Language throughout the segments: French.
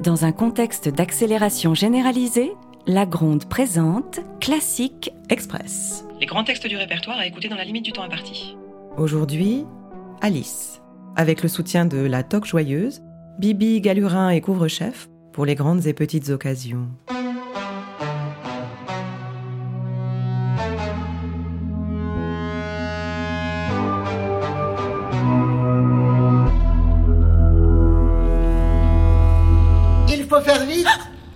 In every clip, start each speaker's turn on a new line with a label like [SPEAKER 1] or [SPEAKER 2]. [SPEAKER 1] Dans un contexte d'accélération généralisée, la Gronde présente Classique Express.
[SPEAKER 2] Les grands textes du répertoire à écouter dans la limite du temps imparti.
[SPEAKER 3] Aujourd'hui, Alice, avec le soutien de La Toque Joyeuse, Bibi Galurin et Couvre-Chef pour les grandes et petites occasions.
[SPEAKER 4] Il faut faire vite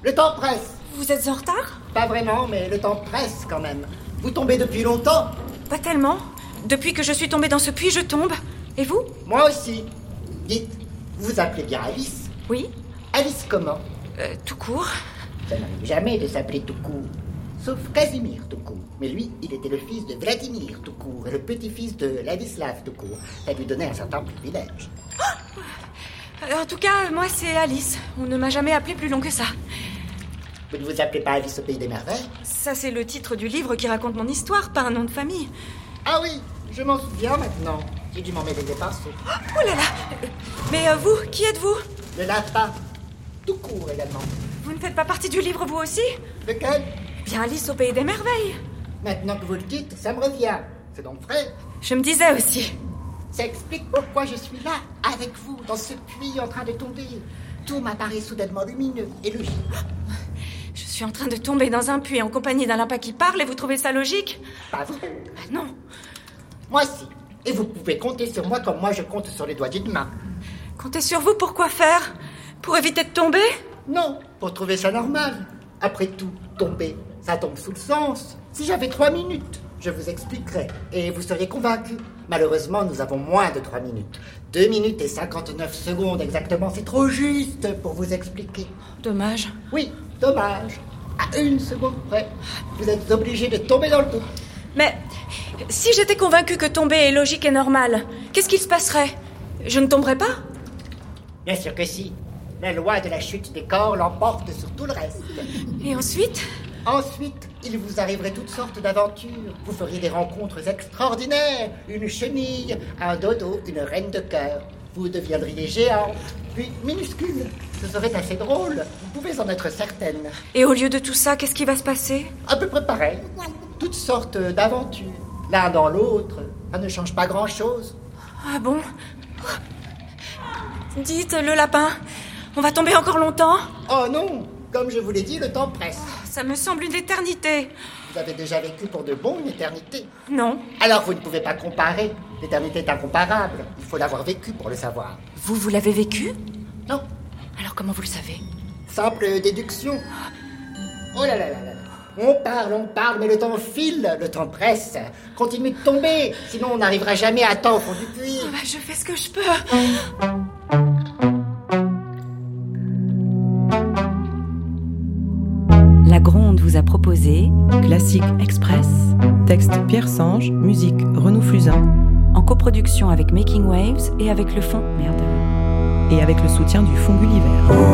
[SPEAKER 4] Le temps presse
[SPEAKER 5] Vous êtes en retard
[SPEAKER 4] Pas vraiment, mais le temps presse quand même. Vous tombez depuis longtemps
[SPEAKER 5] Pas tellement. Depuis que je suis tombée dans ce puits, je tombe. Et vous
[SPEAKER 4] Moi aussi. Dites, vous appelez bien Alice
[SPEAKER 5] Oui,
[SPEAKER 4] Alice comment
[SPEAKER 5] euh, tout court.
[SPEAKER 4] Ça n'arrive jamais de s'appeler tout court. Sauf Casimir tout court. Mais lui, il était le fils de Vladimir tout court et le petit-fils de Ladislav tout court. Ça lui donnait un certain privilège.
[SPEAKER 5] Euh, En tout cas, moi, c'est Alice. On ne m'a jamais appelée plus long que ça.
[SPEAKER 4] Vous ne vous appelez pas Alice au pays des merveilles
[SPEAKER 5] Ça, c'est le titre du livre qui raconte mon histoire, pas un nom de famille.
[SPEAKER 4] Ah oui, je m'en souviens maintenant. J'ai dû m'en mêler des pinceaux.
[SPEAKER 5] Oh là là Euh, Mais euh, vous, qui êtes-vous
[SPEAKER 4] Le lapin tout court également.
[SPEAKER 5] Vous ne faites pas partie du livre, vous aussi
[SPEAKER 4] Lequel
[SPEAKER 5] Bien Alice au Pays des Merveilles.
[SPEAKER 4] Maintenant que vous le dites, ça me revient. C'est donc vrai.
[SPEAKER 5] Je me disais aussi.
[SPEAKER 4] Ça explique pourquoi je suis là, avec vous, dans ce puits en train de tomber. Tout m'apparaît soudainement lumineux et logique.
[SPEAKER 5] Je suis en train de tomber dans un puits en compagnie d'un lapin qui parle et vous trouvez ça logique
[SPEAKER 4] Ah, Pas vrai
[SPEAKER 5] Bah Non.
[SPEAKER 4] Moi si. Et vous pouvez compter sur moi comme moi je compte sur les doigts d'une main.
[SPEAKER 5] Comptez sur vous pour quoi faire Pour éviter de tomber
[SPEAKER 4] Non, pour trouver ça normal. Après tout, tomber, ça tombe sous le sens. Si j'avais trois minutes, je vous expliquerais et vous seriez convaincu. Malheureusement, nous avons moins de trois minutes. Deux minutes et 59 secondes exactement, c'est trop juste pour vous expliquer.
[SPEAKER 5] Dommage.
[SPEAKER 4] Oui, dommage. À une seconde près, vous êtes obligé de tomber dans le trou.
[SPEAKER 5] Mais si j'étais convaincue que tomber est logique et normal, qu'est-ce qui se passerait Je ne tomberais pas
[SPEAKER 4] Bien sûr que si. La loi de la chute des corps l'emporte sur tout le reste.
[SPEAKER 5] Et ensuite
[SPEAKER 4] Ensuite, il vous arriverait toutes sortes d'aventures. Vous feriez des rencontres extraordinaires. Une chenille, un dodo, une reine de cœur. Vous deviendriez géante, puis minuscule. Ce serait assez drôle. Vous pouvez en être certaine.
[SPEAKER 5] Et au lieu de tout ça, qu'est-ce qui va se passer
[SPEAKER 4] À peu près pareil. Toutes sortes d'aventures. L'un dans l'autre. Ça ne change pas grand-chose.
[SPEAKER 5] Ah bon Dites, le lapin, on va tomber encore longtemps
[SPEAKER 4] Oh non Comme je vous l'ai dit, le temps presse.
[SPEAKER 5] Ça me semble une éternité.
[SPEAKER 4] Vous avez déjà vécu pour de bon une éternité.
[SPEAKER 5] Non.
[SPEAKER 4] Alors vous ne pouvez pas comparer. L'éternité est incomparable. Il faut l'avoir vécu pour le savoir.
[SPEAKER 5] Vous, vous l'avez vécu
[SPEAKER 4] Non,
[SPEAKER 5] Alors comment vous le savez
[SPEAKER 4] simple déduction. Oh là là là là. là. On parle, on parle, mais le temps file, le temps presse. Continue de tomber, sinon on n'arrivera jamais à temps au fond du puits.
[SPEAKER 5] Bah, Je fais ce que je peux.
[SPEAKER 1] La Gronde vous a proposé
[SPEAKER 3] Classique
[SPEAKER 1] Express,
[SPEAKER 3] Texte Pierre Sange, musique Renaud Flusin
[SPEAKER 1] en coproduction avec Making Waves et avec le Fonds Merde.
[SPEAKER 3] et avec le soutien du Fonds Gulliver.